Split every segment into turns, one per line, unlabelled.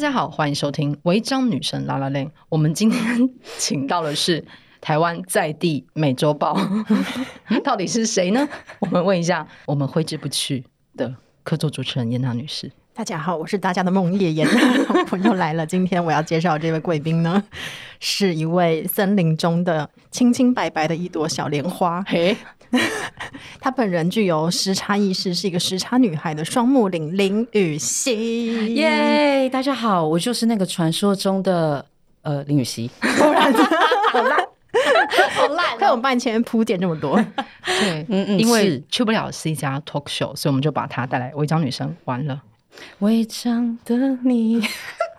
家好，欢迎收听《违章女神拉拉链》。我们今天请到的是台湾在地美洲豹， 到底是谁呢？我们问一下我们挥之不去的客座主持人燕娜女士。
大家好，我是大家的梦夜妍， 我又来了。今天我要介绍这位贵宾呢， 是一位森林中的清清白白的一朵小莲花。
嘿，
她本人具有时差意识，是一个时差女孩的双木林林雨欣。
耶大家好，我就是那个传说中的呃林雨熙。
好烂！看我帮你前面铺垫这么 多，
对，
嗯嗯
因为
是
去不了 C 家 talk show，所以我们就把她带来《违章女神》玩了。
违章的你，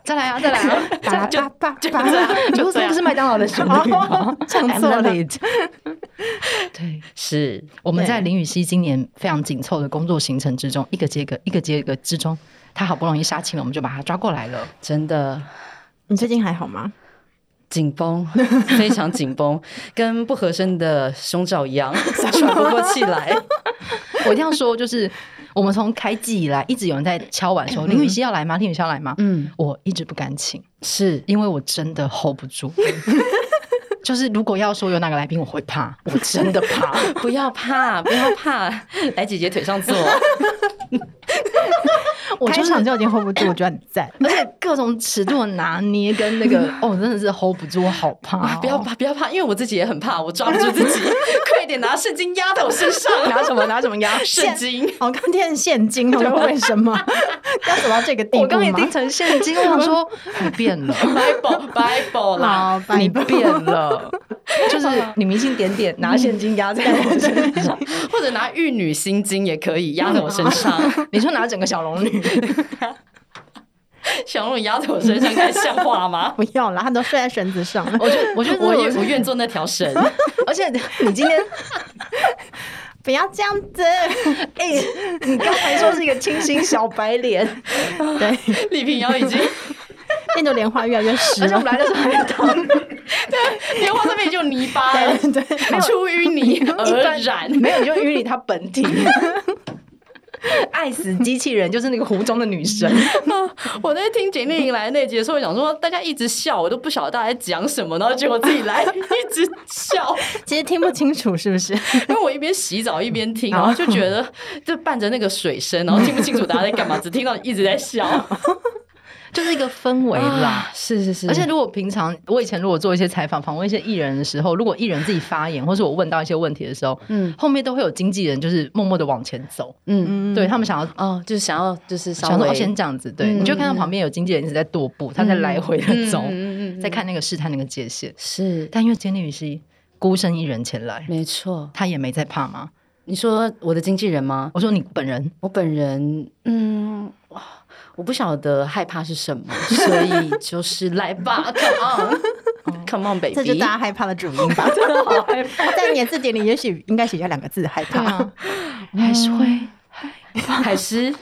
再来啊，再来啊！
叭叭叭叭，
就这个啊是麦当劳的旋律 吗
唱错了
I love it 啊 对，
是
我们
对
在林雨熙今年非常紧凑的工作行程之中，一个接一个，一个接一个之中，他好不容易杀青了，我们就把他抓过来 了。
真的
你最近还好吗？
紧 绷，非常紧绷，跟不合身的胸罩一 样，喘不过气来。
我一定要说，就是我们从开季以来，一直有人在敲碗说林雨熙要来吗？林雨熙要来吗？
嗯，
我一直不敢请，
是
因为我真的 hold 不 住。就是如果要说有哪个来宾，我会怕，我真的怕。
不要怕，不要怕，来姐姐腿上坐。
我
开
就是
场就已经 hold 不住，我觉得很 赞。
而且各种尺度的拿捏跟那 个，哦，真的是 hold 不住，我好 怕、哦。
不要怕，不要怕，因为我自己也很怕，我抓不住自 己，快点拿圣经压在我身上，
拿什么拿什么 压
圣经。
我哦刚念现金，我说为什么 要走到这个地步吗？
我刚也听成现金，我想 说你变了，
Bible Bible 啦，
好，拜
你
拜
变 了，就是你明星点点拿现金压在我 身上，
或者拿玉女心经也可以压在我身上。
你说拿整个小龙女，
小鹿压在我身上，看像话吗？
不要啦，他都睡在绳子上了，
我觉得我觉得
我
我
愿我愿做那 条绳，
而且你今天
不要这样 子。
哎，你刚才说是一个清新小白 脸，
对，
李平遥已经
那朵莲花越来越湿
而且我
了
们。来的时候还当
莲花上面就泥 巴了，
对对，
出淤泥而染。
没有，你就淤泥它本体。 爱死机器人就是那个湖中的女神，
我在听简丽莹来那集的时候，我想说大家一直笑，我都不晓得大家在讲什么，然后结果自 己来一直笑，
其实听不清楚是不 是？
因为我一边洗澡一边
哦
听，然后就觉得就伴着那个水声，然后听不清楚大家在干嘛，只听到一直在笑。
就是一个氛围啦。嗯
啊，是是是，
而且如果平常我以前如果做一些采访访问一些艺人的时候，如果艺人自己发言，或是我问到一些问题的时候，嗯
嗯，
后面都会有经纪人就是默默的往前走，
嗯
对他们想要。
哦，就是想要就是稍
想说
微
哦，先这样子，对，
嗯
你就看到旁边有经纪人一直在踱步，他在来回的走，
嗯嗯嗯嗯
在看那个试探那个界限。
是
但因为监理是孤身一人前来，
没错。
他也没在怕嘛。
你说我的经纪人吗？
我说你本人
我本人，嗯，哇我不晓得害怕是什么，所以就是来吧，Come on，Come on，baby，
这就是大家害怕的主因 吧。 在你的字典里，也许应该写下两个字“害
对
怕
啊，还是会。
海狮，”。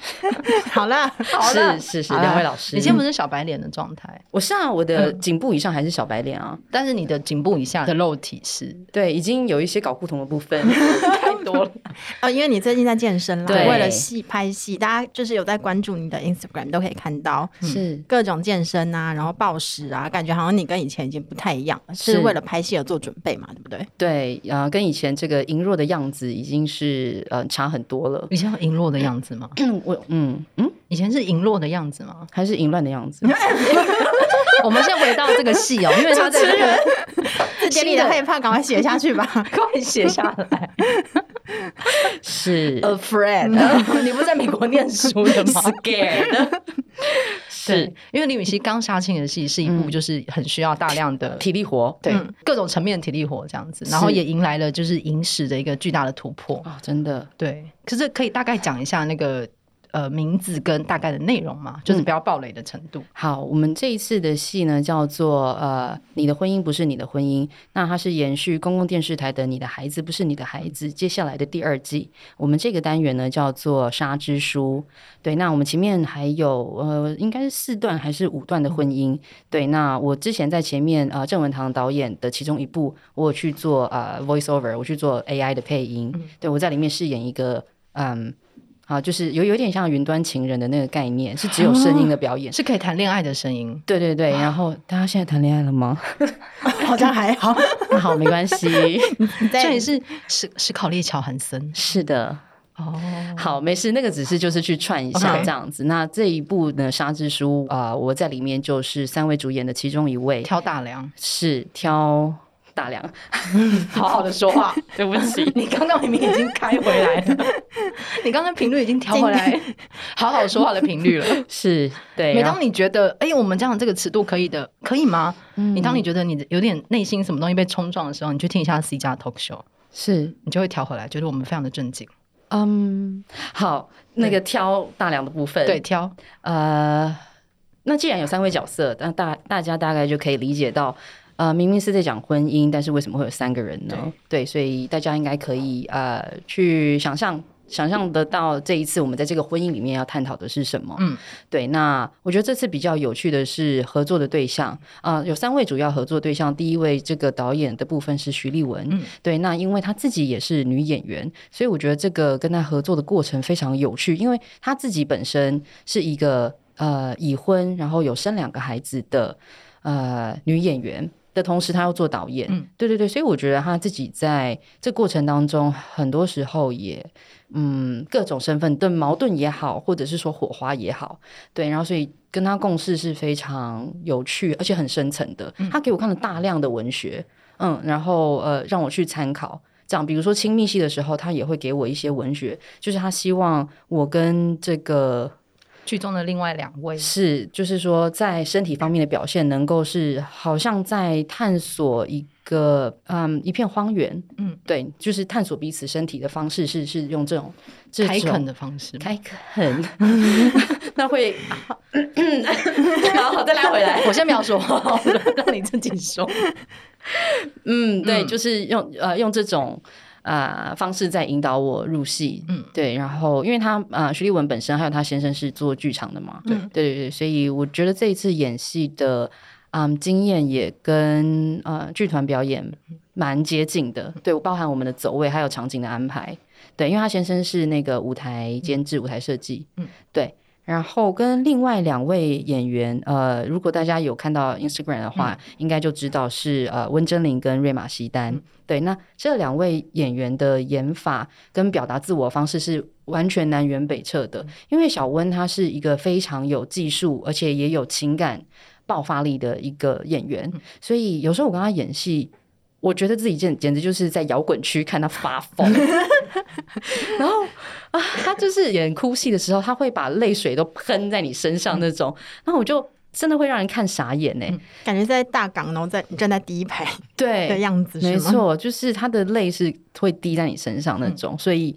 好了，
是是是，
好
两
了
位老师
你，现在不是小白脸的状态，
我是啊，我的
嗯
颈部以上还是小白脸啊，
但是你的颈部以下的肉体是
对，已经有一些搞不同的 部分，
太多了。
哦，因为你最近在健身啦，
对
为了戏拍戏，大家就是有在关注你的 Instagram 都可以看到。
是
各种健身啊，然后暴食啊，感觉好像你跟以前已经不太一样了，是
是
为了拍戏而做准备嘛，对不对？
对，啊，跟以前这个羸弱的样子已经是呃差很多了，
以前有羸弱的样子吗？
我嗯嗯，？
以前是羸弱的样子吗
还是淫乱的样 子，
我们先回到这个戏哦，因为他在这个
字典里的害怕，赶快写下去吧。
快写下来。
是
呃
Afraid，你不是在美国念书的吗？
scared，是嗯
对，因为李雨熙刚杀青的戏是一部就是很需要大量的。
体力活，
对
嗯
各种层面的体力活这样子，然后
是
也迎来了就是影史的一个巨大的突破。
啊，真的，
对，可是可以大概讲一下那个呃名字跟大概的内容嘛，就是不要暴雷的程度。
好，我们这一次的戏呢，叫做呃，你的婚姻不是你的婚姻。那它是延续公共电视台的《你的孩子不是你的孩子》接下来的第二季。我们这个单元呢叫做《沙之书》。对，那我们前面还有呃，应该是四段还是五段的婚姻。对，那我之前在前面呃，郑文堂导演的其中一部，我有去做呃 voice over，我去做 AI 的配音。对我在里面饰演一个嗯。啊、啊，就是有有点像云端情人的那个概念，是只有声音的表演。
是可以谈恋爱的声音。
对对对，
啊
然后大家现在谈恋爱 了吗？
好像还 好。
好，没关系。
这也是史史考利乔韩森
是的，
哦，
好，没事，那个只是就是去串一下
OK
这样子。那这一部呢，《沙之书》啊、我在里面就是三位主演的其中一位，
挑大梁，
是挑大梁，
好好的说话。
对不起，
你刚刚明明已经开回来了， 你刚刚频率已经调回来，好好说话的频 率了。
是对。
每
然后
当你觉得，哎、我们这样这个尺度可以的，可以吗？你当你
嗯
觉得你的有点内心什么东西被冲撞的时候，你去听一下 C 加 talk show，
是
你就会调回来，觉得我们非常的正经。
嗯，好，那个挑大梁的部分，
对，，挑
呃，那既然有三位角色，那大大家大概就可以理解到，呃，明明是在讲婚姻，但是为什么会有三个人呢？对，所以大家应该可以呃去想象。想象得到这一次我们在这个婚姻里面要探讨的是什么？
嗯，
对。那我觉得这次比较有趣的是合作的对象啊、呃有三位主要合作对象。第一位这个导演的部分是徐立文，
嗯
对。那因为她自己也是女演员，所以我觉得这个跟她合作的过程非常有趣，因为她自己本身是一个呃已婚，然后有生两个孩子的呃女演员。的同时，她要做导演，
嗯
对对对，所以我觉得她自己在这过程当中，很多时候也，嗯，各种身份的矛盾也好，或者是说火花也好，对，然后所以跟她共事是非常有趣，而且很深层的。她给我看了大量的文学，嗯，然后呃，让我去参考。这样，比如说亲密戏的时候，她也会给我一些文学，就是她希望我跟这个
剧中的另外两位，
是，就是说在身体方面的表现，能够是好像在探索一个嗯一片荒原，
嗯，
对，就是探索彼此身体的方式是是用这种这
开
种
垦的方式。
开垦， 那会 好再拉回来，
我先不要说 话，让你自己说。
嗯，对，
嗯
就是用呃用这种呃方式在引导我入戏，
嗯
嗯，对。然后因为他呃徐立文本身还有他先生是做剧场的嘛，
对
对对对，所以我觉得这一次演戏的嗯经验也跟呃剧团表演蛮接近的，
嗯
对，包含我们的走位还有场景的安排，对，因为他先生是那个舞台监制、舞台设计，
嗯
嗯，对。然后跟另外两位演员，呃，如果大家有看到 Instagram 的话，应该就知道是呃温真菱跟瑞玛西丹。对，那这两位演员的演法跟表达自我方式是完全南辕北辙的，因为小温她是一个非常有技术，而且也有情感爆发力的一个演员，所以有时候我跟她演戏。我觉得自己简简直就是在摇滚区看她发疯，然后 啊，她就是演哭戏的时候，她会把泪水都喷在你身上那种，然后我就真的会让人看傻眼呢、
感觉在大港，然后在你站在第一排
对
的样子，
没
是吗？
错，就是他的泪是会滴在你身上那
嗯
种，所以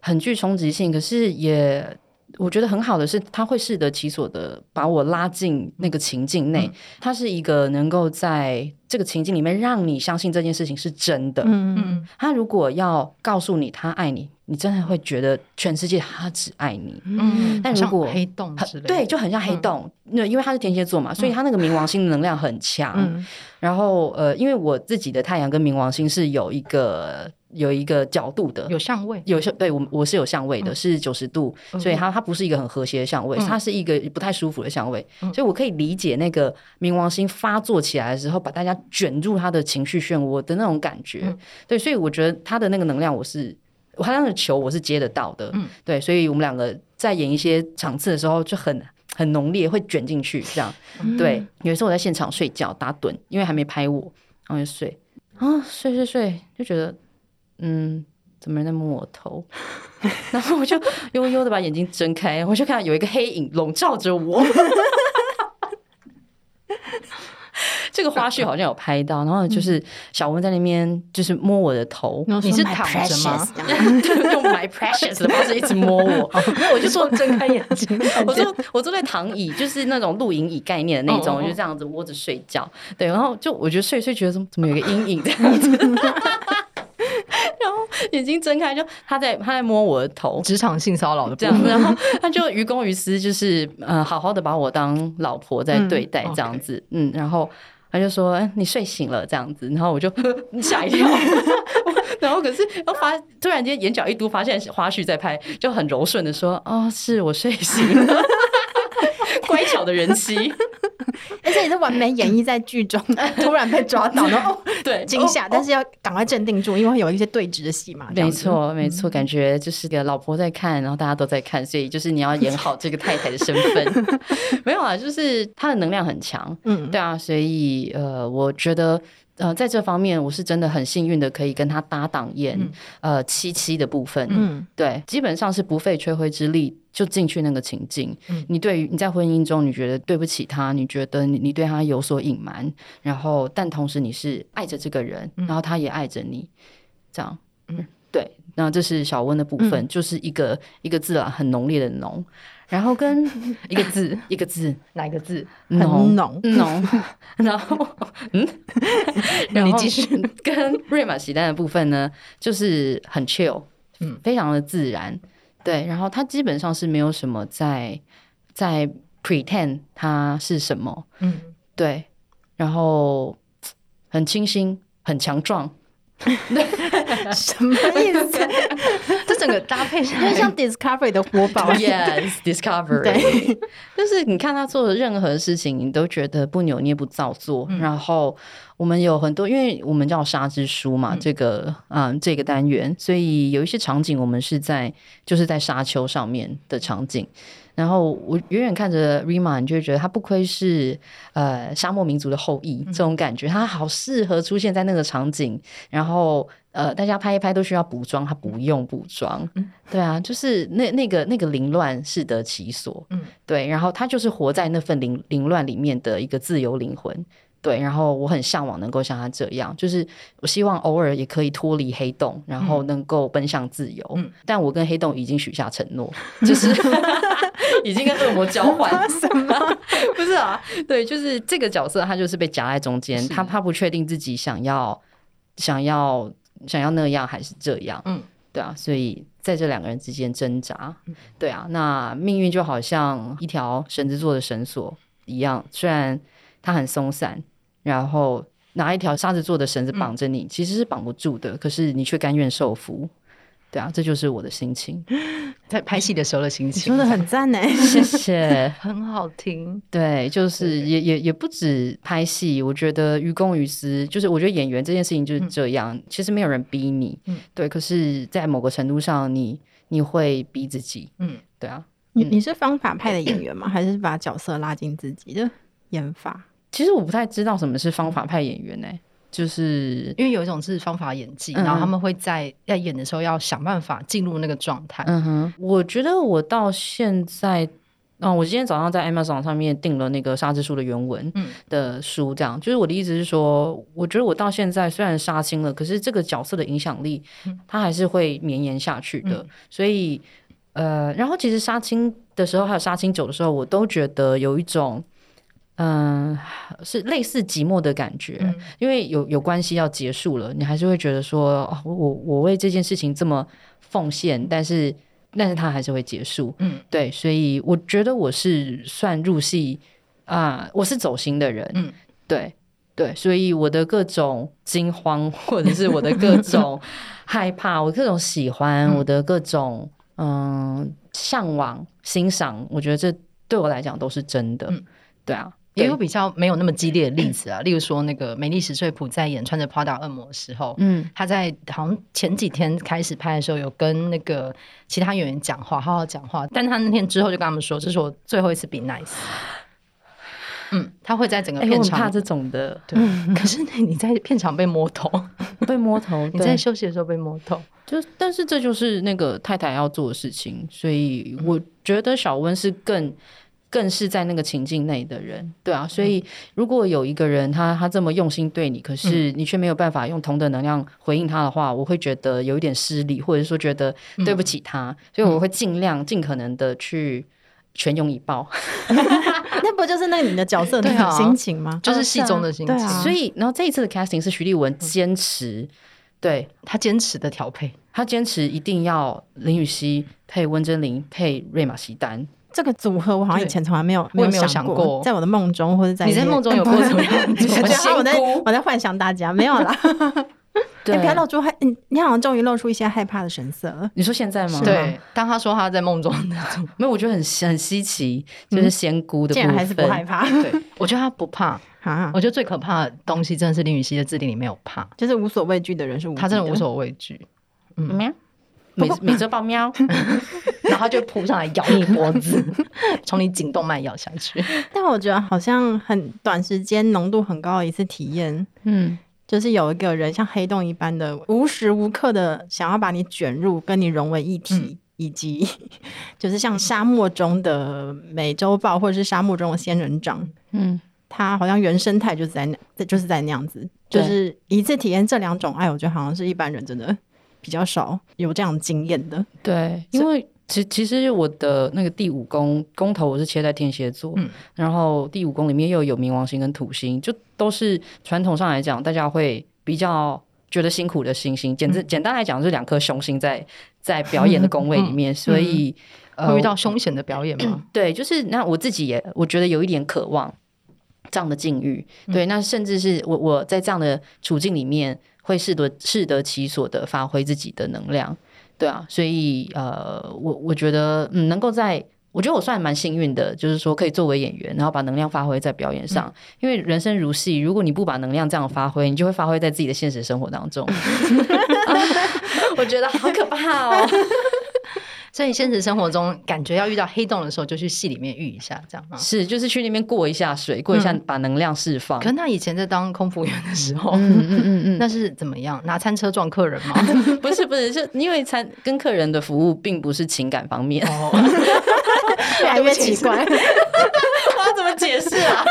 很具冲击性。可是也我觉得很好的是，他会适得其所的把我拉进那个情境
嗯
内。他是一个能够在这个情境里面让你相信这件事情是真的。
嗯，
嗯，
他如果要告诉你他爱你，你真的会觉得全世界他只爱你。
嗯，
但如果
像黑洞之类的，嗯
对，，就很像黑洞，那、因为他是天蝎座嘛，所以他那个冥王星的能量很强。
嗯
然后呃，因为我自己的太阳跟冥王星是有一个有一个角度的，
有相位，
有相对我我是有相位的，是九十度，所以它它不是一个很和谐的相位，
嗯
它是一个不太舒服的相位，所以我可以理解那个冥王星发作起来的时候，把大家卷入他的情绪漩涡的那种感觉。
嗯
对，所以我觉得他的那个能量我是。他那个球我是接得到的，
嗯
对，所以我们两个在演一些场次的时候就很很浓烈，会卷进去这样。
嗯
嗯
对，有一次我在现场睡觉打盹，因为还没拍我，然后就睡啊睡睡睡，就觉得嗯，怎么有人在摸 我头？然后我就悠悠的把眼睛睁开，我就看到有一个黑影笼罩着我。 这个花絮好像有拍到，然后就是小温在那边就是摸我的头，
然后嗯说
你是
"My
躺着吗
precious" 这样？
就 用 my precious 的方式一直摸我，那我就说哦睁开眼 睛，我坐我坐在躺椅，就是那种露营椅概念的那种，
哦哦哦
我就这样子窝着睡觉，对，然后就我觉得睡一睡觉得怎么怎么有一个阴影这样 子，然后眼睛睁开就他在他在摸我的头，
职场性骚扰的部
这样，
分
然后他就于公于私，就是呃，好好的把我当老婆在对待
嗯
这样子，嗯然后。他就说、哎你睡醒了这样子，然后我就吓一跳，然后可是我发突然间眼角一嘟，发现是花絮在拍，就很柔顺的说哦，是我睡醒了，乖巧的人妻，
而且你是完美演绎在剧 中，突然被抓 到，然后
对，
惊吓，
哦
但是要赶快镇定住，因为会有一些对峙的戏嘛。这样
没
子，嗯
错，没错，感觉就是个老婆在看，然后大家都在看，所以就是你要演好这个太太的身 份。没有啊，就是她的能量很强，
嗯，
对啊，所以呃，我觉得呃，在这方面我是真的很幸运的，可以跟她搭档演、
嗯
呃七七的部分，
嗯，
对，基本上是不费吹灰之力就进去那个情境。
嗯
你对于你在婚姻中，你觉得对不起他，你觉得你你对他有所隐瞒，然后但同时你是爱着这个人，然后他也爱着你，这样。
嗯
嗯，对。那这是小温的部分，
嗯
就是一个一个字啊，很浓烈的浓，然后跟
一个字，
一个字
哪一个字？
嗯很
浓。
浓，
浓，然后嗯，然后
你继续
跟瑞玛喜丹的部分呢，就是很 chill，
嗯
嗯，非常的自然，对。然后他基本上是没有什么在在 pretend 他是什么，
嗯，
对。然后很清新，很强壮，
什么意思？
这整个搭配下
因为
来
像，Discovery 的活宝
yes discovery，
对，
就是你看他做的任何事情，你都觉得不扭捏不造作。
嗯
然后我们有很多，因为我们叫沙之书嘛，
嗯
这个啊、这个单元，所以有一些场景我们是在就是在沙丘上面的场景。然后我远远看着 Rima，你就会觉得他不愧是呃沙漠民族的后
嗯
裔，这种感觉，他好适合出现在那个场景。然后呃，大家拍一拍都需要补妆，他不用补妆，对啊，就是那那个那个凌乱适得其所，
嗯
嗯，对，然后他就是活在那份凌凌乱里面的一个自由灵魂。对，然后我很向往能够像他这样，就是我希望偶尔也可以脱离黑洞，然后能够奔向自由。
嗯
但我跟黑洞已经许下承诺， 就是已经跟恶魔交换。 什么？不是啊，对，就是这个角色他就是被夹在中间，
是
他他不确定自己想要想要想要那样还是这样。
嗯
对啊，所以在这两个人之间挣扎，对啊，那命运就好像一条绳子做的绳索一样，虽然它很松散，然后拿一条沙子做的绳子
嗯
绑着你，其实是绑不住的，可是你却甘愿受缚。对啊，这就是我的心情。
在拍戏的时候的心
你
情
说的 很赞呢。
谢谢。
很好听，
对，就是也也也不止拍戏，我觉得于公于私，就是我觉得演员这件事情就是这样，其实没有人逼你，
嗯
对，可是，在某个程度上你，你会逼自己，
嗯，
对啊。
你你是方法派的演员吗？还是把角色拉近自己的演法？
其实我不太知道什么是方法派演员呢、就是
因为有一种是方法演技，
嗯
然后他们会在在演的时候要想办法进入那个状态。
嗯哼，我觉得我到现在，嗯、我今天早上在 Amazon 上面订了那个《沙之书》的原文
嗯
的书，这样、就是我的意思是说，我觉得我到现在虽然杀青了，可是这个角色的影响力
嗯，
它还是会绵延下去的，
嗯
所以呃，然后其实杀青的时候还有杀青酒的时候，我都觉得有一种。嗯，是类似寂寞的感觉，
嗯
因为有有关系要结束了，你还是会觉得说，哦、我我我为这件事情这么奉献，但是但是它还是会结束。
嗯
对，所以我觉得我是算入戏啊、我是走心的人。
嗯，
对对，所以我的各种惊慌， 或者是我的各 种害怕，我各种喜欢，
嗯
我的各种嗯向往、欣赏，我觉得这对我来讲都是真的。
嗯
对啊，
也
对
有比较没有那么激烈的例子啊，例如说那个美丽史翠普在演穿着 Prada 恶魔的时候，
嗯
他在好像前几天开始拍的时候，有跟那个其他演员讲话，好好讲话。但他那天之后就跟他们说，这是我最后一次比 nice。嗯，他会在整个
哎、我
片
很
场，
怕这种的
对。 可是你在片场被摸头，
被摸头，
你
对
在休息的时候被摸头，
就但是这就是那个太太要做的事情，所以
嗯
我觉得小温是更更是在那个情境内的人，对啊，所
嗯
以如果有一个人他他这么用心对你，可是
嗯
你却没有办法用同等能量回应他的话，我会觉得有一点失礼，或者说觉得
嗯
对不起他，所以我会尽量尽可能的去全用以报。
啊
那不就是那个你的角色的
对啊
心情吗？
就是戏中的心情，
对啊
所以，然后这一次的 casting 是徐立
嗯
文坚持，对
他坚持的调配。
他坚持一定要林雨熙配温真菱配瑞玛西丹。
这个组合我好像以
对
前从来没有没
我也没有
想
想过
在我的梦中或者在
你在
一些
梦中有 过怎么样
我觉
怎么
得啊我在
仙姑
我在幻想大家没有啦，
对，
哎
你不要露出害，你你好像终于露出一些害怕的神色了。
你说现在吗？
对，当他说他在梦中的时候，
没有，我觉得很很稀奇，就是仙姑的部
竟
分，
然还是不害怕
对我觉得他不怕，
啊
我，觉得最可怕的东西真的是林雨熙的字典里没有怕，
就是无所畏惧的人是无敌
他真的无所畏惧，
喵，每每周报喵，
然后他就扑上来咬你脖 子，从你颈动脉咬下去。
但我觉得好像很短时间浓度很高的一次体验，
嗯，
就是有一个人像黑洞一般的无时无刻的想要把你卷入，跟你融为一体。
嗯
以及 就是像沙漠中的美洲豹，或者是沙漠中的仙人掌，
嗯，
它好像原生态就是在那，就是在那样子，就
对
是一次体验这两种哎爱，我觉得好像是一般人真的比较少有这样经验的。
对，因为其其实我的那个第五宫宫头我是切在天蝎座，
嗯
然后第五宫里面又有冥王星跟土星，就都是传统上来讲大家会比较觉得辛苦的星星，简直、简单来讲是两颗凶星在在表演的宫位里面，所以、呃
会遇到凶险的表演吗？
对，就是那我自己也我觉得有一点渴望这样的境遇，对，那甚至是我我在这样的处境里面会适得适得其所的发挥自己的能量，对啊，所以呃，我我觉得嗯，能够在。我觉得我算蛮幸运的，就是说可以作为演员，然后把能量发挥在表演上。因为人生如戏，如果你不把能量这样发挥，你就会发挥在自己的现实生活当中。我觉得好可怕哦！
所以现实生活中，感觉要遇到黑洞的时候，就去戏里面遇一下，这样吗？
是，就是去那边过一下水，过一下把能量释放。
可是他以前在当空服员的时候，
嗯嗯嗯 嗯，
那是怎么样？拿餐车撞客 人吗？
不是不是，是因为餐跟客人的服务并不是情感方面，
哦，
越来越哎奇怪。
我要 怎么解释啊？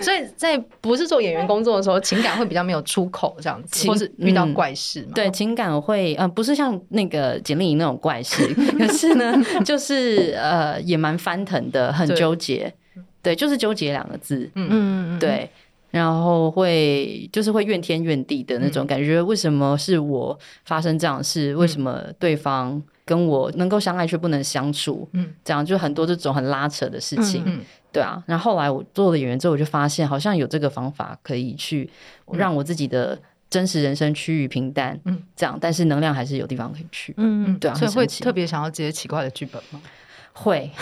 所以在不是做演员工作的时候，情感会比较没有出口，这样子，
情
或是遇到
嗯
怪事嘛？
对，情感会呃，不是像那个简丽颖那种怪 事，可是呢，就是呃，也蛮翻腾的，很
对
纠结。对，就是纠结两个字。
嗯，，
对，然后会就是会怨天怨地的那种感觉，为什么是我发生这样的事？为什么对方跟我能够相爱却不能相处？
嗯
嗯，这样就很多这种很拉扯的事情。
嗯嗯
对啊。然后后来我做了演员之后，我就发现好像有这个方法可以去让我自己的真实人生趋于平淡，
嗯
嗯，这样，但是能量还是有地方可以去。
嗯，
对啊，
所以
很
会
神奇
特别想要接奇怪的剧本吗？
会。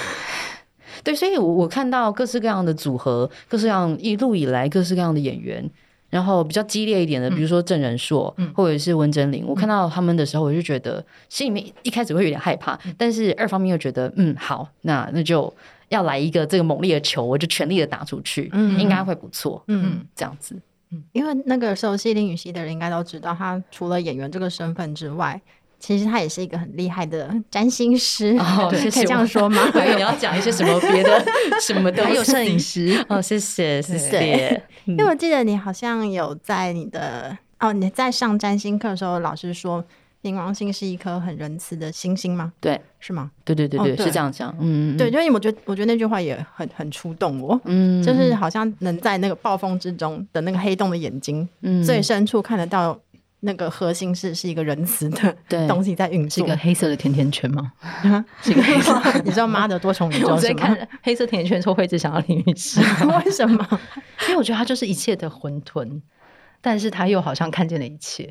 对，所以我我看到各式各样的组合，各式各样一路以来各式各样的演员，然后比较激烈一点的，比如说郑仁硕、
嗯
或者是温真菱，我
嗯
看到他们的时候，我就觉得心里面一开始会有点害怕，
嗯
但是二方面又觉得，嗯，好，那那就要来一个这个猛烈的球，我就全力的打出去，
嗯
应该会不错，
嗯，
这样子。
因为那个熟悉林雨熙的人应该都知道，他除了演员这个身份之外，其实他也是一个很厉害的占星师。
哦
对
谢谢
可以这样说吗？
我以为你要讲一些什么别 的什么东西，
还有摄影师，
哦，谢谢谢
对
谢，
因为我记得你好像有在你的哦，你在上占星课的时候，老师说冥王星是一颗很仁慈的星星吗？
对
是吗？
对对对
哦
对，
对
是这样讲，嗯，嗯
对，，就是我觉得，我觉得那句话也很很触动我。
嗯，
就是好像能在那个暴风之中的那个黑洞的眼睛、
嗯
最深处看得到那个核心是是一个仁慈的
对
东西在运
是一
作
个。黑色的甜甜圈吗？
这个 你知道妈的多重宇
我
宙
在
是吗？
看黑色甜甜圈的时候，会一直想要林雨熙，
为什么？
因为我觉得他就是一切的混沌，但是他又好像看见了一切。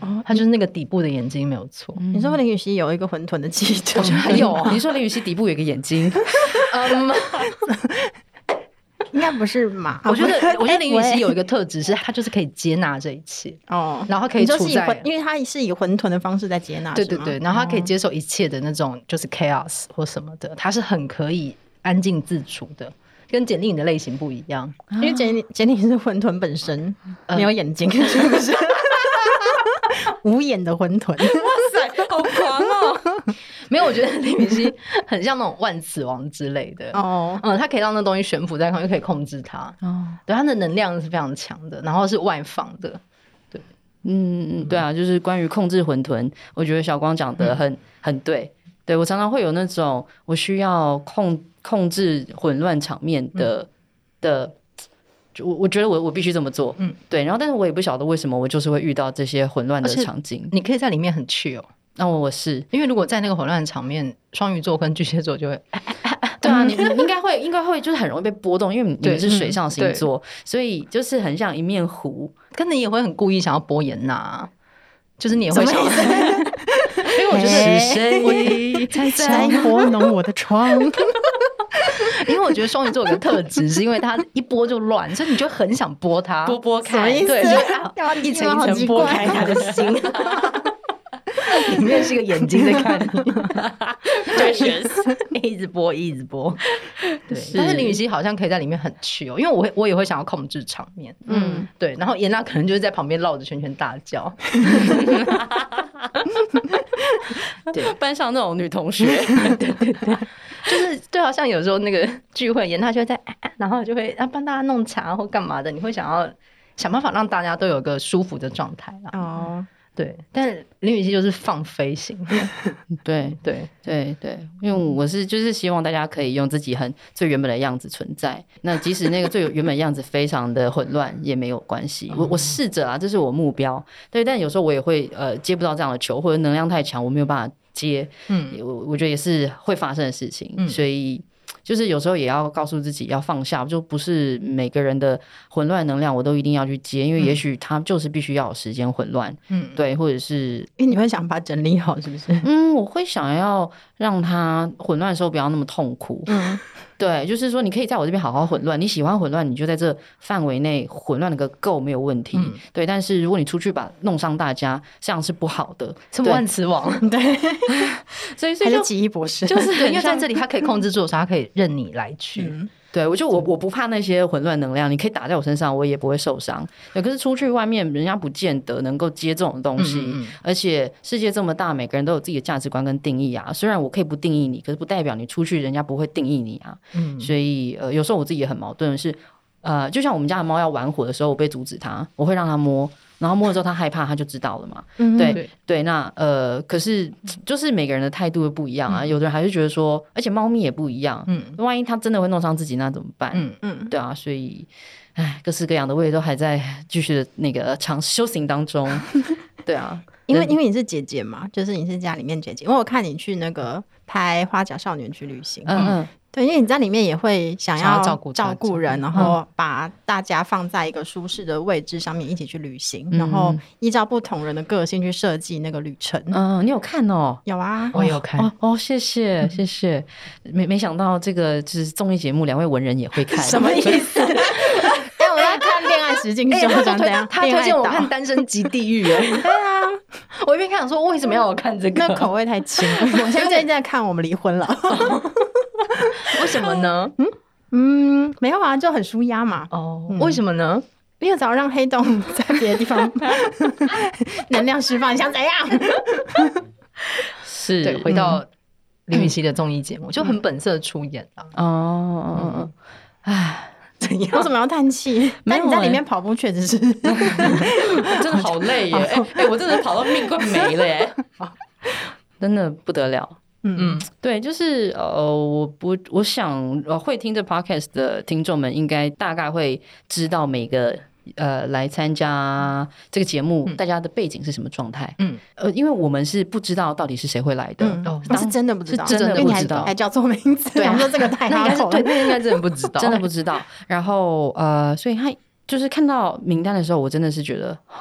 哦
他就是那个底部的眼睛没有错。
你说林雨熙有一个混沌的气质，
我觉得还有啊
嗯哦你说林雨熙底部有个眼 睛，
嗯，
应该不是马。
我 觉得，我觉得林雨熙有一
个
个特质是，她就是可以接纳这一切，
哎哦，
然后可以
你就
处
是以
在
混，，因为他是以混沌的方式在接纳，
对
是
对
吗哦
对，然后她可以接受一切的那种就是 chaos 或什么的，她是很可以安静自处的，跟简历你的类型不一样。
因为简简简历是混沌本身，
呃
没有眼睛， 是不是？无眼的混沌，
好狂哦！
没有，我觉得 林雨熙很像那种万磁王之类的。
哦，
嗯，她可以让那东西悬浮在空，又可以控制它。
哦，
对，她的能量是非常强的，然后是外放的。
嗯嗯，对啊，就是关于控制混沌，我觉得小光讲的很很对。对我常常会有那种我需要控控制混乱场面的的，就我我觉得我我必须这么做，
嗯
嗯，对。然后，但是我也不晓得为什么我就是会遇到这些混乱的
而且
场景。
你可以在里面很 chill，
那我我是
因为如果在那个混乱的场面，双鱼座跟巨蟹座就会
啊， 你你应该会应该会就是很容易被波动，因为你
对
们是水象
嗯
星
对
座，所以就是很像一面湖。
可能也会很故意想要博眼呐、就是你也会
什
想要
么意，思？
因为我觉
是
得，
谁
在在 拨弄我的 窗，
因为我觉得双鱼座有个特质，是因为它一拨就乱，所以你就很想拨它，
波波
什么
看？
意思？
对 就啊
要
一层一层拨开它的心， 里面是一个眼睛在看你，
对，学死。
一直拨，一直 拨。对，
是
但是林雨熙好像可以在里面很去哦，因为我会我也会想要控制场面，
嗯，
对，然后严娜可能就是在旁边绕着圈圈大叫，
班上那种女同学，
就是对啊，像有时候那个 聚会，严娜就会在，啊啊然后就会啊帮大家弄茶或干嘛的，你会想要想办法让大家都有个舒服的状态啦。
哦，
对，但是林雨熙就是放飞型 的，
对
对，
对对，因为我是就是希望大家可以用自己很最原本的样子存在。那即使那个最原本的样子非常的混乱也没有关系。
嗯
我我试着啊，这是我目标。对，但有时候我也会呃接不到这样的球，或者能量太强，我没有办法接。
嗯，
我我觉得也是会发生的事情，
嗯
所以。就是有时候也要告诉自己要放下，就不是每个人的混乱能量我都一定要去接，因为也许他就是必须要有时间混乱，
嗯，
对，或者是
因为你会想把它整理好，是不是？
嗯，我会想要让他混乱的时候不要那么痛苦，
嗯，
对，就是说你可以在我这边好好混乱，你喜欢混乱，你就在这范围内混乱了个够没有问题，
嗯
对。但是如果你出去把弄伤大家，这样是不好的，
是万磁王，
对，
所以所
还
以
是
就
奇异博士，
就是
对，
很
因为在
像
这里他可以控制住的时候，他可以任你来去，
嗯
对，我就我我不怕那些混乱能量，你可以打在我身上，我也不会受伤。对，可是出去外面，人家不见得能够接这种东西，
嗯嗯嗯
而且世界这么大，每个人都有自己的价值观跟定义啊。虽然我可以不定义你，可是不代表你出去人家不会定义你啊。
嗯，
所以呃，有时候我自己也很矛盾的是，呃，就像我们家的猫要玩火的时候，我被阻止它，我会让它摸，然后摸了之后它害怕，它就知道了嘛。
嗯
对
对
对，那呃，可是就是每个人的态度会不一样啊，有的人还是觉得说，而且猫咪也不一样，
嗯
万一它真的会弄伤自己，那怎么办？
嗯，
嗯，
对啊，所以，唉，各式各样的，我也都还在继续的那个尝 修行当 中。对啊，
因为
嗯
因为你是姐姐嘛，就是你是家里面姐姐，因为我看你去那个拍《花甲少年去旅行》，
嗯嗯，
对，因为你在里面也会想
想
要
要照顾大
照
家
顾嗯人，然后把大家放在一个舒适的位置上面一起去旅行，然后
嗯
依照不同人的个性去设计那个旅程。
嗯，你有看哦？
有啊，
我有看，
哦哦，谢谢谢谢，没没想到这个就是综艺节目，两位文人也会看，
什么意思？ 哎，我在看《恋爱实境秀》，想怎样？
他推荐我看《
恋爱岛
哦 单身即地狱》哎，
对啊，
我一边看想说为什么要我看这
那
个？
口味太轻。 我现在最近在看《我们离婚了》，
为什么 呢？
嗯，没有啊，就很舒压嘛。
哦
嗯，
为什么呢？
因为早上让黑洞在别的地 方能量释放，你想 怎样？
是
对，回到李雨熙的综艺节目，就很本色出演啊，
哦哦哦哦，唉，
怎
为
样？
什么要叹气？
没有
但你在
欸
里面跑步确 实是，
真的好累 耶！哎哎，我真的跑到命快没了耶， 真的不得了。
嗯
嗯，
对，就是呃，我不，我想呃，会听这 podcast 的听众们，应该大概会知道每个呃来参加这个节目，
嗯
大家的背景是什么状态。
嗯，
呃，因为我们是不知道到底是谁会来的。
嗯
哦
是真的不知道，
是真的
因为你
不
还
知道
还叫错名字，
对啊
我说这个 太
那应
哈
该是
口
对，
了。
那应该真的不知道，
真的不知道。然后呃，所以他就是看到名单的时候，我真的是觉得，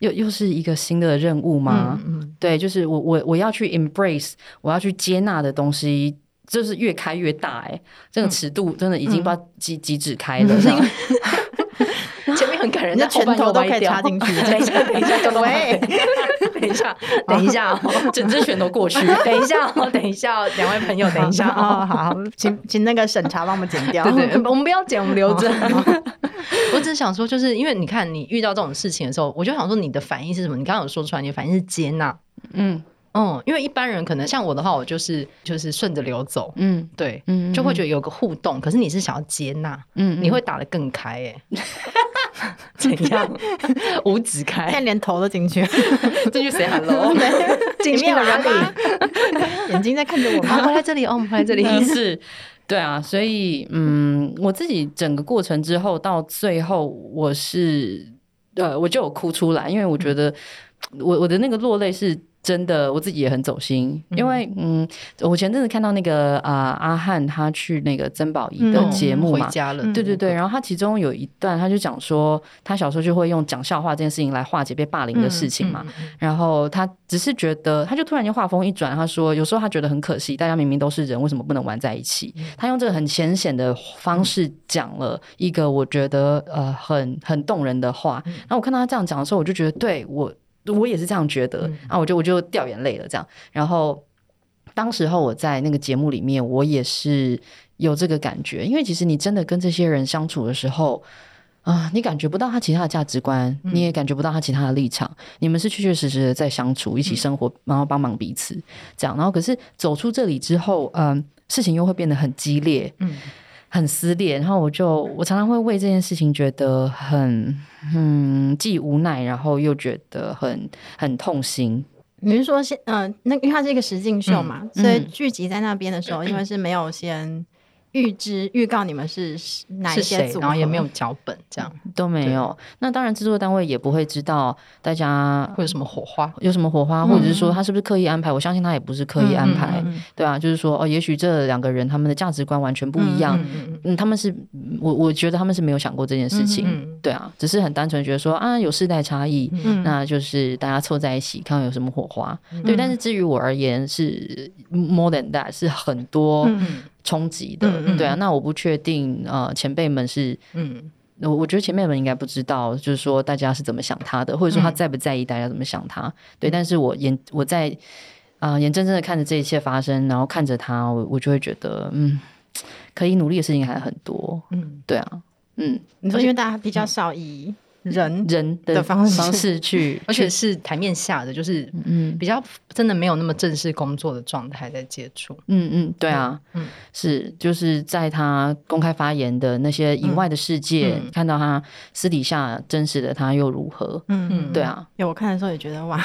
又又是一个新的任务吗？
嗯，
对，就是我我我要去 embrace，我要去接纳的东西。就是越开越大哎、这个尺度真的已经不知道几、几指开了， 这样
嗯， 前面很感人，
你的
但后
拳
半
头
又
都
歪
可以
掉
插 进去
等一下，等一下，交通
喂
等一下，等一下哦，
整只拳头过去。
等一下哦，等一下哦，两位朋 友，等一下哦。
哦，好，请请那个审查帮我们剪掉。
对 嗯 对，我们不要讲，我们留着。哦 我只是想说，就是因为你看，你遇到这种事情的时候，我就想说你的反应是什么？你刚刚有说出来，你的反应是接纳。
嗯
嗯，因为一般人可能像我的话，我就是就是顺着流走，
嗯
对，
嗯，
就会觉得有个互动。可是你是想要接纳，
嗯
你会打得更开 哎、怎样？五指
现在
开，
连头都进去，
进去 say hello。
进
里
去
面有
哪
人
里？
吗？ 眼睛在看着我
啊，
吗？
回来这里哦，我们回来这里。
嗯是，对啊，所以嗯，我自己整个过程之后到最后，我
嗯
是呃，我就有哭出来，因为我觉得我我的那个落泪是真的我自己也很走心，因为嗯，我前阵子看到那个啊、阿汉他去那个曾宝仪的
嗯
节目
回
嘛，
家了，
嗯
对对对，然后他其中有一段，他就讲说，他小时候就会用讲笑话这件事情来化解被霸凌的事情嘛。
嗯，
然后他只是觉得，他就突然间话锋一转，他说，有时候他觉得很可惜，大家明明都是人，为什么不能玩在一起？他用这个很浅显的方式讲了一个我觉得呃很很动人的话。然后我看到他这样讲的时候，我就觉得对我我也是这样觉得，然后我就我就掉眼泪了这样。然后当时候我在那个节目里面，我也是有这个感觉，因为其实你真的跟这些人相处的时候。啊、你感觉不到他其他的价值观，你也感觉不到他其他的立场，你们是确确实实的在相处，一起生活，然后帮忙彼此，这样。然后可是走出这里之后，嗯，事情又会变得很激烈，
嗯
很撕裂。然后我就我常常会为这件事情觉得很，嗯，既无奈，然后又觉得很很痛心。
你是说先呃，那因为它是一个实境秀嘛，所以
嗯
聚集在那边的时候，因为是没有先预知预告你们是是哪一
是
些
谁
组？合，
然后也没有脚本，这样
都没
对
有。那当然，制作单位也不会知道大家
会有嗯什么火花？
有什么火花，或者是说他是不是刻意安排？我相信他也不是刻意安排，
嗯嗯嗯
对啊，就是说哦，也许这两个人他们的价值观完全不一样，
嗯嗯
嗯，他们是我我觉得他们是没有想过这件事情，
嗯
对啊，只是很单纯觉得说啊有世代差异，
嗯
那就是大家凑在一起看看有什么火花，对。
嗯
但是至于我而言是 more than that 是很多
嗯
冲击的，
嗯嗯
对啊，那我不确定呃前辈们是
嗯
我我觉得前辈们应该不知道，就是说大家是怎么想他的，或者说他
嗯
在不在意大家怎么想他。对，
嗯
但是我眼我在啊、眼睁睁的看着这一切发生，然后看着他，我我就会觉得，嗯，可以努力的事情还很多。
嗯，
对啊，嗯，
你说因为大家比较少以人
人的
的方式
去，
而且是台面下的，就是
嗯
比较真的没有那么正式工作的状态在接触。
嗯嗯，对啊，
嗯
是就是在他公开发言的那些以外的世界，
嗯
看到他私底下真实的他又如何？
嗯
对。啊，
有我看的时候也觉得哇，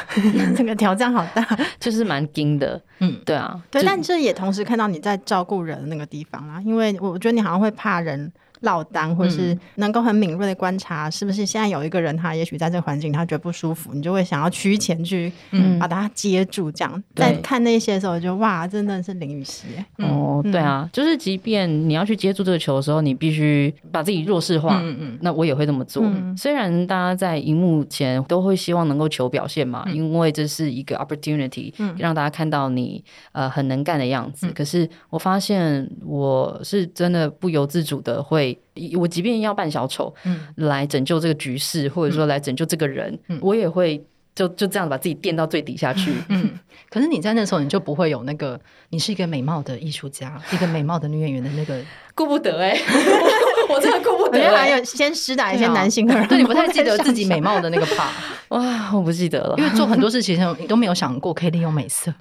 这个挑战好大。
就是蛮惊的，
嗯，
对啊，
对，
就
但这也同时看到你在照顾人的那个地方啦，因为我觉得你好像会怕人落单，或者是能够很敏锐的观察，是不是现在有一个人他也许在这个环境他觉得不舒服，你就会想要趋前去
嗯
把他接住，这样。
对
在看那些的时候，我就哇，真的是林雨熙耶，
嗯
哦，对啊，就是即便你要去接住这个球的时候，你必须把自己弱势化。
嗯嗯
那我也会这么做。
嗯
虽然大家在荧幕前都会希望能够求表现嘛，
嗯
因为这是一个 opportunity，、让
嗯
大家看到你呃很能干的样子。可是我发现我是真的不由自主的会，我即便要扮小丑，
嗯
来拯救这个局势，或者说来拯救这个人，
嗯
我也会就就这样把自己垫到最底下去。
嗯。可是你在那时候，你就不会有那个，你是一个美貌的艺术家，一个美貌的女演员的那 个，
顾不得哎、 我真的顾不
我
得、
觉
欸。
得还有先施打一些男性荷尔蒙，
对你不太记得自己美貌的那个 part，
哇，我不记得了
因，为做很多事情你都没有想过可以利用美色。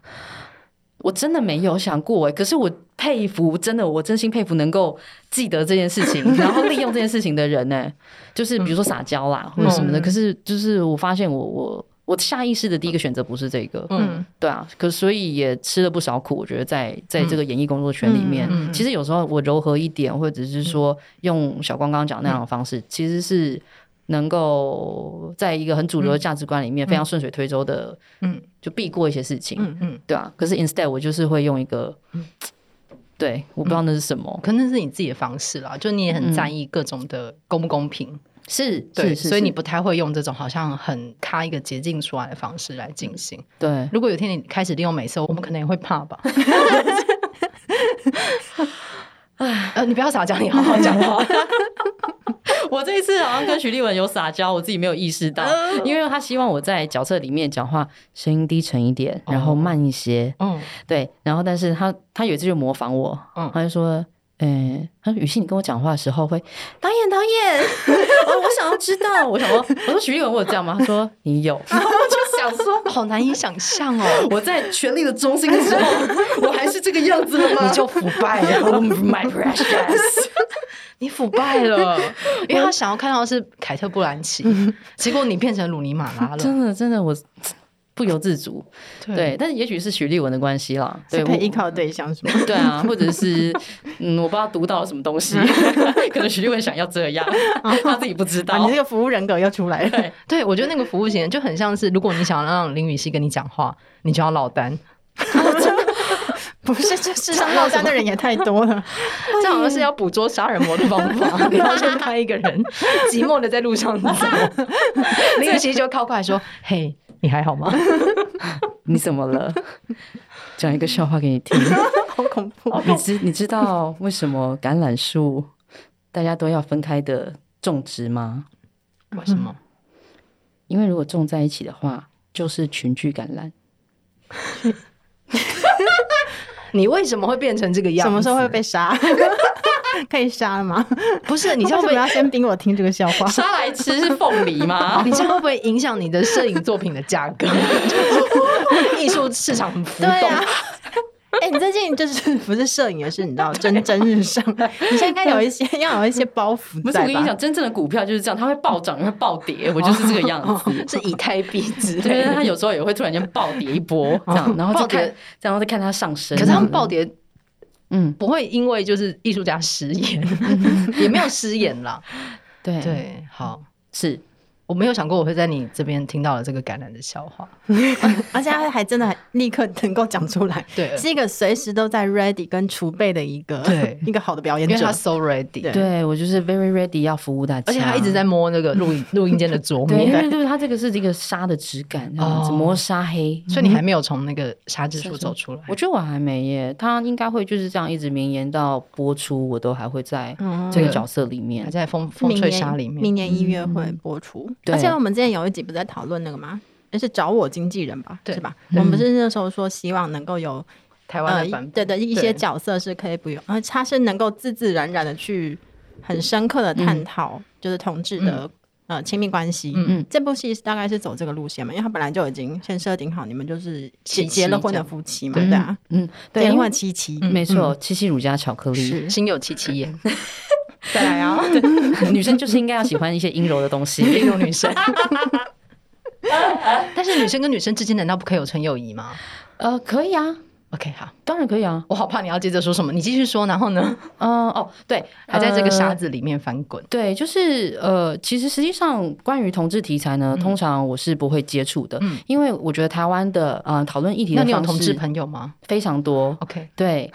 我真的没有想过哎、可是我佩服，真的，我真心佩服能够记得这件事情， 然后利用这件事情的人呢、欸就是比如说撒娇啦或者什么的。
嗯
可是就是我发现我我我下意识的第一个选择不是这个，
嗯
对啊，可所以也吃了不少苦。我觉得在在这个演艺工作圈里面，
嗯嗯嗯
其实有时候我柔和一点，或者是说用小光刚刚讲那样的方
嗯
式，其实是能够在一个很主流的价值观里面，非常顺水推舟的，
嗯
就避过一些事情，
嗯
嗯。
对啊。可是 instead 我就是会用一个，对，我不知道那是什么，
可能是你自己的方式啦，就你也很在意各种的公不公平，
是
对，
嗯是是，
所以你
是
不太会用这种好像很卡一个捷径出来的方式来进行。
对。
如果有一天你开始利用美色，我们可能也会怕吧。 呃，你不要撒娇，你好好讲 话。
我这一次好像跟徐立文有撒娇，我自己没有意识到， 因为他希望我在角色里面讲话声音低沉一点，然后慢一些，
嗯
对，然后但是他他有一次就模仿我，
嗯
他就说。嗯，他说雨欣，你跟我讲话的时候会导演导 演，哦我我想要知道，我想说，我说徐立文我有这样吗？他说你有，然后我就想说，
好难以想象哦，
我在权力的中心的时候，我还是这个样子了 吗？
你就腐败 了，
my precious，
你腐败 了，因为他
嗯
想要看到的是凯特·布兰奇，结果你变成鲁尼马拉了。
真的真的我不由自主。对，，但是也许是许立文的关系啦，对
是可以依
我。
靠对象是吗？
对啊，或者是嗯，我不知道读到什么东 西，可能许立文想要这样，他自己不知
啊，
道
你这。个服务人格又出来了。
对，
对我觉得那个服务型就很像是，如果你想让林雨熙跟你讲话，你就要落单，
不是，这世上落单的人也太多了。
这好像是要捕捉杀人魔的方 法。你要先拍一个人 寂寞的在路上 走，林雨熙就靠过来说：“ 嘿，你还好吗？”
你怎么了？讲一个笑话给你 听。
好恐怖！
你知你知道为什么橄榄树大家都要分开的种植吗？
为什么？
因为如果种在一起的话，就是群聚感染。
你为什么会变成这个样子？
什么时候会被杀？ 可以杀了吗？
不是，你
你
这样会
为什么
不
要
会？
先逼我听这个笑话？
杀来吃是凤梨 吗？
哦 你这样会不会影响你的摄影作品的价 格？就是艺术市场很浮
对
动
啊，。 哎、你最近就是不是摄影，而是你知道蒸蒸日上。你现在应该有一些要有一些包袱
不是，我
在
跟你
吧
讲，？真正的股票就是这样，它会暴涨，也会暴跌，我就是这个样子。
是以太币之
对
类，
它
的。
有时候也会突然间暴跌一波，这样，然后就
暴跌
看，然后再看它上升。
可是他们暴，跌
嗯，
不会因为就是艺术家失言， 也没有失言啦。
对，
对，好，
是
我没有想过我会在你这边听到了这个感染的笑话。
而且他还真的立刻能够讲出来，
对，
是一个随时都在 ready 跟储备的一个
对
一个好的表演
因为
者
他。so ready，
对
对我就是 very ready 要服务大家，
而且他一直在摸那个录音录音间的桌
对，因
面，
为就是它这个是一个纱的质感，这样子
哦
磨砂 黑，
所以你还没有从那个沙之处走出来。
我觉得我还没耶，他应该会就是这样一直绵延到播出，我都还会在
嗯
这个角色里面
还。在风风
明
吹
年
沙里面，嗯
明年一月会播出。
对
而且我们之前有一集不是在讨论那个吗？那是找我经纪人吧，
对
是吧？
嗯
我们不是那时候说希望能够有
台湾
呃
的版
对
本，
的一些角色是可以不用，而他是能够自自然然的去很深刻的探讨，就是同志的、呃亲密关系。
嗯嗯
嗯，
这部戏大概是走这个路线嘛，因为他本来就已经先设定好，你们就是
七
结
夕
结了婚
这
的
样
夫妻嘛，
对嗯
对啊，
嗯，对，
结
因
婚
为嗯
七妻，
没错，七夕乳加巧克力，
是
心有戚戚 焉，
再来啊，
女生就是应该要喜欢一些阴柔的东 西。
一种女生。但是女生跟女生之间难道不可以有纯友谊吗
呃，可以啊，
？OK，好，
当然可以啊。
我好怕你要接着说什么，你继续说，然后呢，
嗯，哦，对，
还在这个沙
沙。
子里面翻滚。
对，就是呃，其实实际上关于同志题材呢，通常我是不会接触的，
嗯
因为我觉得台湾的呃讨论议题
那
的
你有
方
同志
式
朋友吗
非常多。
？OK，
对，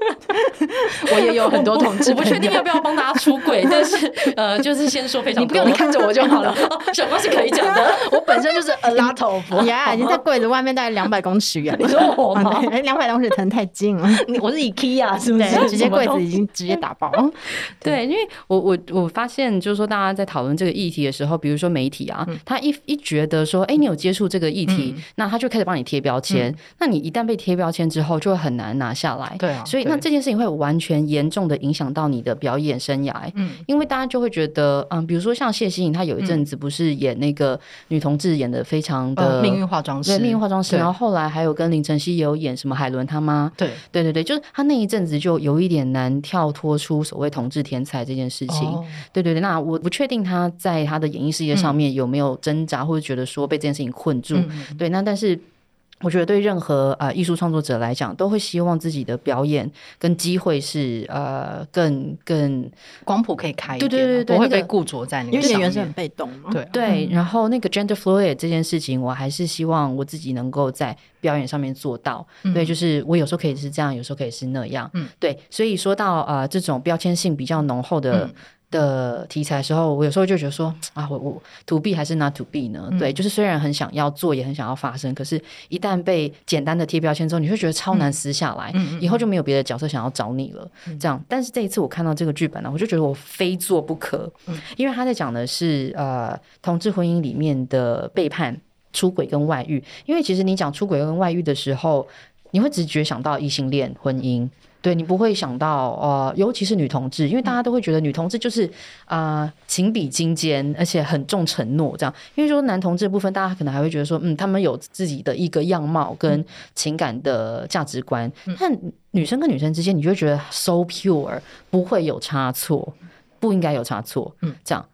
我也有很多同志
我不
朋友
确定要不要帮大家出轨，但是呃，就是先说非常
你
多。
不用，你看着我就好了。
哦，小瓜是可以讲的。
我本身 就是阿拉头佛，
呀，已经在柜子外面大概两百公尺远
你
了。
说 我
啊
吗？
对哎，两百公尺可能太近了，
你我是 IKEA 是不
对，
是？
直接柜子
什么
已经直接打 包。
对，
嗯
因为我我我发现，就是说大家在讨论这个议题的时候，比如说媒体
嗯
啊，他一一觉得说，哎、你有接触这个议题，那他就开始帮你贴标签。那你一旦被贴标签之后，就会很难拿下来。
嗯对啊
哎所以
对
那这件事情会完全严重的影响到你的表演生涯。
嗯
因为大家就会觉得，嗯，比如说像谢欣颖，她有一阵子不是演那个女同志，演的非常
都呃
的、
命运化妆
对
师，
命运化妆师，
对
然后后来还有跟林晨曦也有演什么海伦他妈，
对
对对对，就是他那一阵子就有一点难跳脱出所谓同志天才这件事情。
哦
对对对，那我不确定他在他的演艺事业上面有没有挣扎，或者觉得说被这件事情困住。
嗯嗯
对，那但是。我觉得对任何呃艺术创作者来讲，都会希望自己的表演跟机会是呃更更
光谱可以开一
对
点啊，
对对对
不会
那个
被固着在那个
因为
上
演员是很
面。
被动嘛，
对啊，
对。然后那个 gender fluid 这件事情，我还是希望我自己能够在表演上面做到。对，就是我有时候可以是这样，有时候可以是那样。
嗯，
对。所以说到呃这种标签性比较浓厚的、
嗯
的题材的时候，我有时候就觉得说啊，我我 to B 还是 not to B 呢？
嗯
对，就是虽然很想要做，也很想要发生，可是一旦被简单的贴标签之后，你会觉得超难撕下来，
嗯嗯嗯嗯
以后就没有别的角色想要找你了。这样，但是这一次我看到这个剧本呢、我就觉得我非做不可，
嗯
因为他在讲的是呃同志婚姻里面的背叛、出轨跟外遇。因为其实你讲出轨跟外遇的时候，你会直觉想到异性恋婚姻。对你不会想到，呃，尤其是女同志，因为大家都会觉得女同志就是啊、呃情比金坚，而且很重承诺这样。因为说男同志的部分，大家可能还会觉得说，嗯，他们有自己的一个样貌跟情感的价值观，但女生跟女生之间，你就会觉得 so pure，不会有差错，不应该有差错，
嗯
嗯，这样。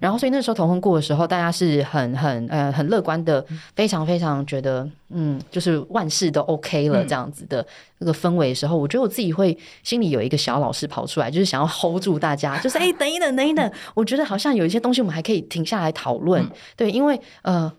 然后，所以那时候同婚过的时候，大家是很很呃很乐观的，
嗯
非常非常觉得嗯，就是万事都 OK
嗯
了这样子的那个氛围的时候，我觉得我自己会心里有一个小老师跑出来，就是想要 hold 住 大家，就是哎、等一等，等一等，我觉得好像有一些东西我们还可以停下来讨论，
嗯
对，因为呃，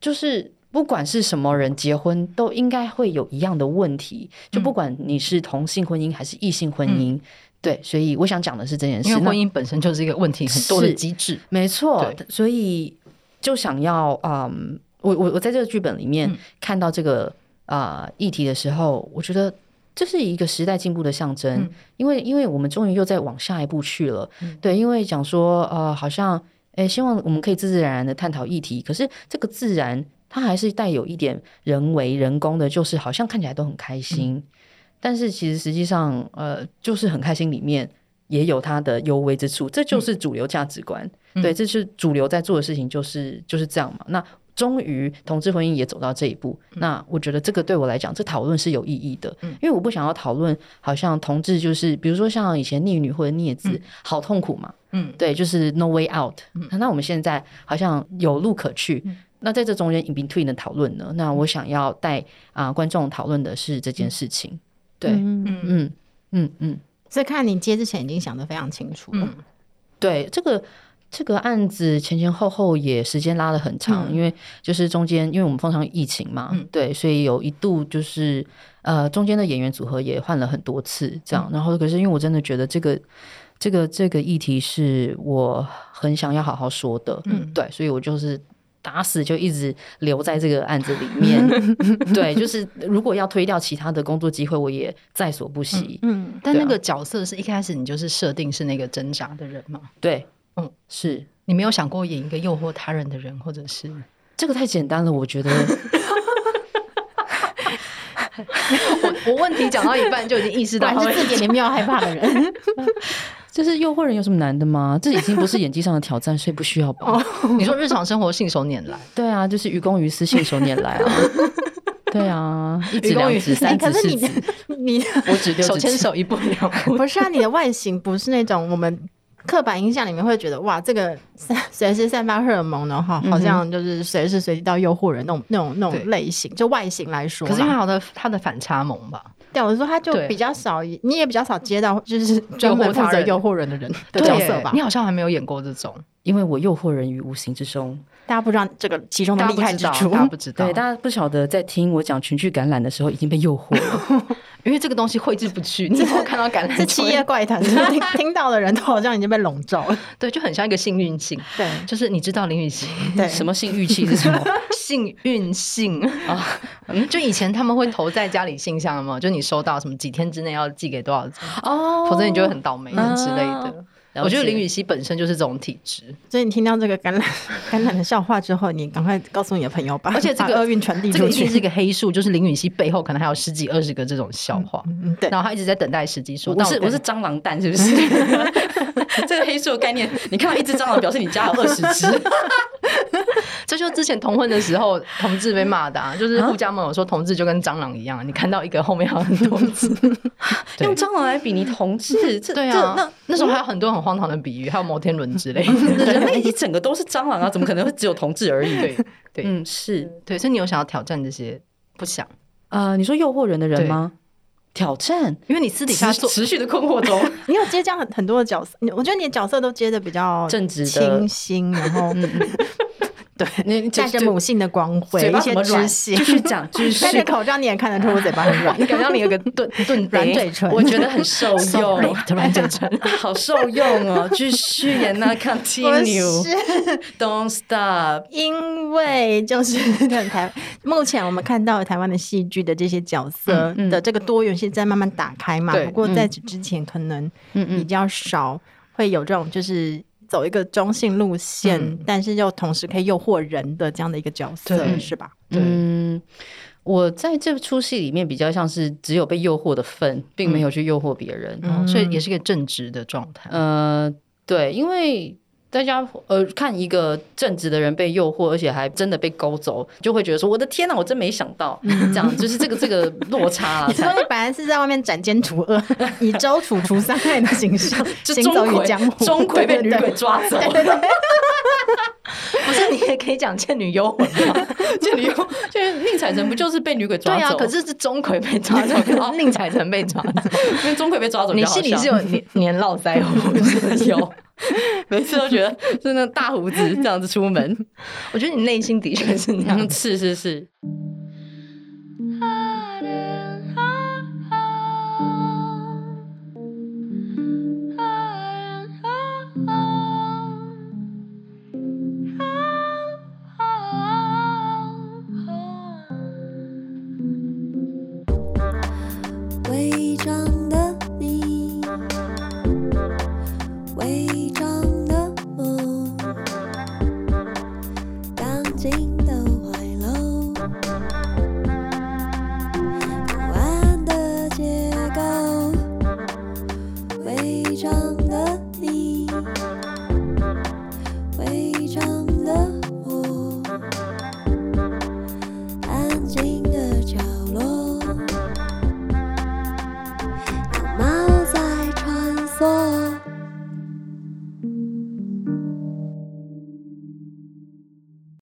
就是不管是什么人结婚，都应该会有一样的问题，就
嗯
不管你是同性婚姻还是异性婚姻，对，所以我想讲的是这件事，
因为
那
婚姻本身就是一个问题很多的
是
机制。
没错
对，
所以就想要嗯，我我我在这个剧本里面
嗯
看到这个啊、呃议题的时候，我觉得这是一个时代进步的象征，
嗯
因为因为我们终于又在往下一步去了，
嗯
对，因为讲说呃，好像诶、希望我们可以自自然然的探讨议题，可是这个自然它还是带有一点人为人工的，就是好像看起来都很开心，
嗯
但是其实实际上呃，就是很开心里面。也有它的幽微之处，这就是主流价值观。
嗯
对，这是主流在做的事情，就是就是这样嘛。那终于同志婚姻也走到这一步，那我觉得这个对我来讲，这讨论是有意义的，因为我不想要讨论好像同志就是，比如说像以前逆女或者孽子，好痛苦嘛，
嗯，
对，就是 no way out、那我们现在好像有路可去。那在这中间 in between 的讨论呢？那我想要带啊、观众讨论的是这件事情。对，
嗯，
嗯
嗯嗯嗯，
所以看你接之前已经想得非常清楚了。
嗯
对，这个这个案子前前后后也时间拉得很长，
嗯
因为就是中间，因为我们碰上疫情嘛，
嗯
对，所以有一度就是呃中间的演员组合也换了很多次，这
嗯
样。然后可是因为我真的觉得这个这个这个议题是我很想要好好说的，
嗯
对，所以我就是。打死就一直留在这个案子里 面，对，就是如果要推掉其他的工作机会，我也在所不惜。
嗯，
但
对
那
啊
个角色是一开始你就是设定是那个挣扎的人嘛？
对，
嗯
嗯，是
你没有想过演一个诱惑他人的人，或者是
这个太简单了，我觉得
我我问题讲到一半就已经意识
果
到
然
他
是
会
字典里没有害怕 的人。
就是诱惑人有什么难的 吗？这已经不是演技上的挑战，所以不需要吧？
哦你说日常生活信手拈来，
对啊，就是愚公于私，信手拈来 啊。对啊，一指
愚公
两
于
指三指
可是
四
你
指，
的你的
我指六
手
指七
牵手一步两 步。
不是啊，你的外形不是那种我们刻板印象里面会觉得哇，这个散随时散发荷尔蒙的哈，好像就是随时随地到诱惑人那种那种那
嗯对
种类型，就外形来说啦。
可是因为他的他的反差萌吧，
对我说，他就
对
比较少，你也比较少接到就是专门负责诱惑人的人的
对
角色吧
你？好像还没有演过这种，
因为我诱惑人于无形之中。
大家不知道这个其中的
大家
厉
不
害
知
之
道，
处
大。家不知道
对，，大家不晓得在听我讲群聚感染的时候已经被诱惑了。
因为这个东西挥之不 去。你有没有看到感染？
这七夜怪谈，就是听听到的人都好像已经被笼罩 了。
对，就很像一个幸运性，
对
就是你知道林雨欣
对，
什么性欲气是什么？
幸运性啊，嗯就以前他们会投在家里信箱嘛，就你收到什么几天之内要寄给多少张，
哦
否则你就会很倒霉
啊
之类的。我觉得林雨熙本身就是这种体质，
所以你听到这个感染感染的笑话之后，你赶快告诉你的朋友吧，
而且这个
把厄运传递
这个
出
一定是
去。
一个黑数，就是林雨熙背后可能还有十几二十个这种笑话，
嗯，对
然，后他一直在等待时机说，
我
但
是我是蟑螂蛋，是不是？ 这个黑素的概念，你看到一只蟑螂，表示你家有二十 只。
这就是之前同婚的时候，同志被骂的、啊，就是
啊
互加盟友说同志就跟蟑螂一样，你看到一个后面还有很多只。对
用蟑螂来比拟同志，这
对
这
啊，
那
那那时候还有很多很荒唐的比喻，还有摩天轮之类 的。
人类一整个都是蟑螂啊，怎么可能会只有同志而已？
对对、
嗯，是
对，所以你有想要挑战这些？不想，
呃，你说诱惑人的人吗？挑战
因为你私底下
持
做
持续的困惑中，
你有接这样很很多的角色，你我觉得你的角色都接的比较
正直的
清新，然后
嗯
对，
你
带着母性的光辉，
嘴
一
巴怎
些
么软？
知
继
性。
续讲，继续
戴着口罩你也看得出我嘴巴很软。
你感觉到你有个 钝钝
软嘴唇
我觉得很 受用，
软嘴 唇。
好受用哦！继续演 那
不是
continue，don't stop。
因为就是 台目前我们看到台湾的戏剧的这些角色
嗯嗯
的这个多元性在慢慢打开嘛，
对
不过在此之前可能
嗯
比
嗯，
较少会有这种就是走一个中性路线，
嗯
但是又同时可以诱惑人的这样的一个角色，
对
是吧？
对
嗯，我在这出戏里面比较像是只有被诱惑的份，并
嗯
没有去诱惑别人。
嗯所以也是一个正直的状态。
呃，对，因为大家呃看一个正直的人被诱惑，而且还真的被勾走，就会觉得说我的天呐，我真没想到，这样就是这个这个落差啊
嗯 你，知道你本来是在外面斩奸除 恶，以周楚除三害的形象
就
行
钟
走于江湖，
馗钟馗被
对
女
对
鬼抓走，
不是你也可以讲《倩女幽魂》吗？
这里有就是宁采臣不就是被女鬼抓
对
走？
啊，可是是钟馗被抓 走，跟宁采臣被抓走。
因为钟馗被抓走比
啊 你
较好笑，
心里是有年年老腮红，是不 是
有，每次都觉得是那大胡子这样子出 门，
我觉得你内心的确是那样
嗯，。是是是。
伪装的你，伪装的我，钢筋的我。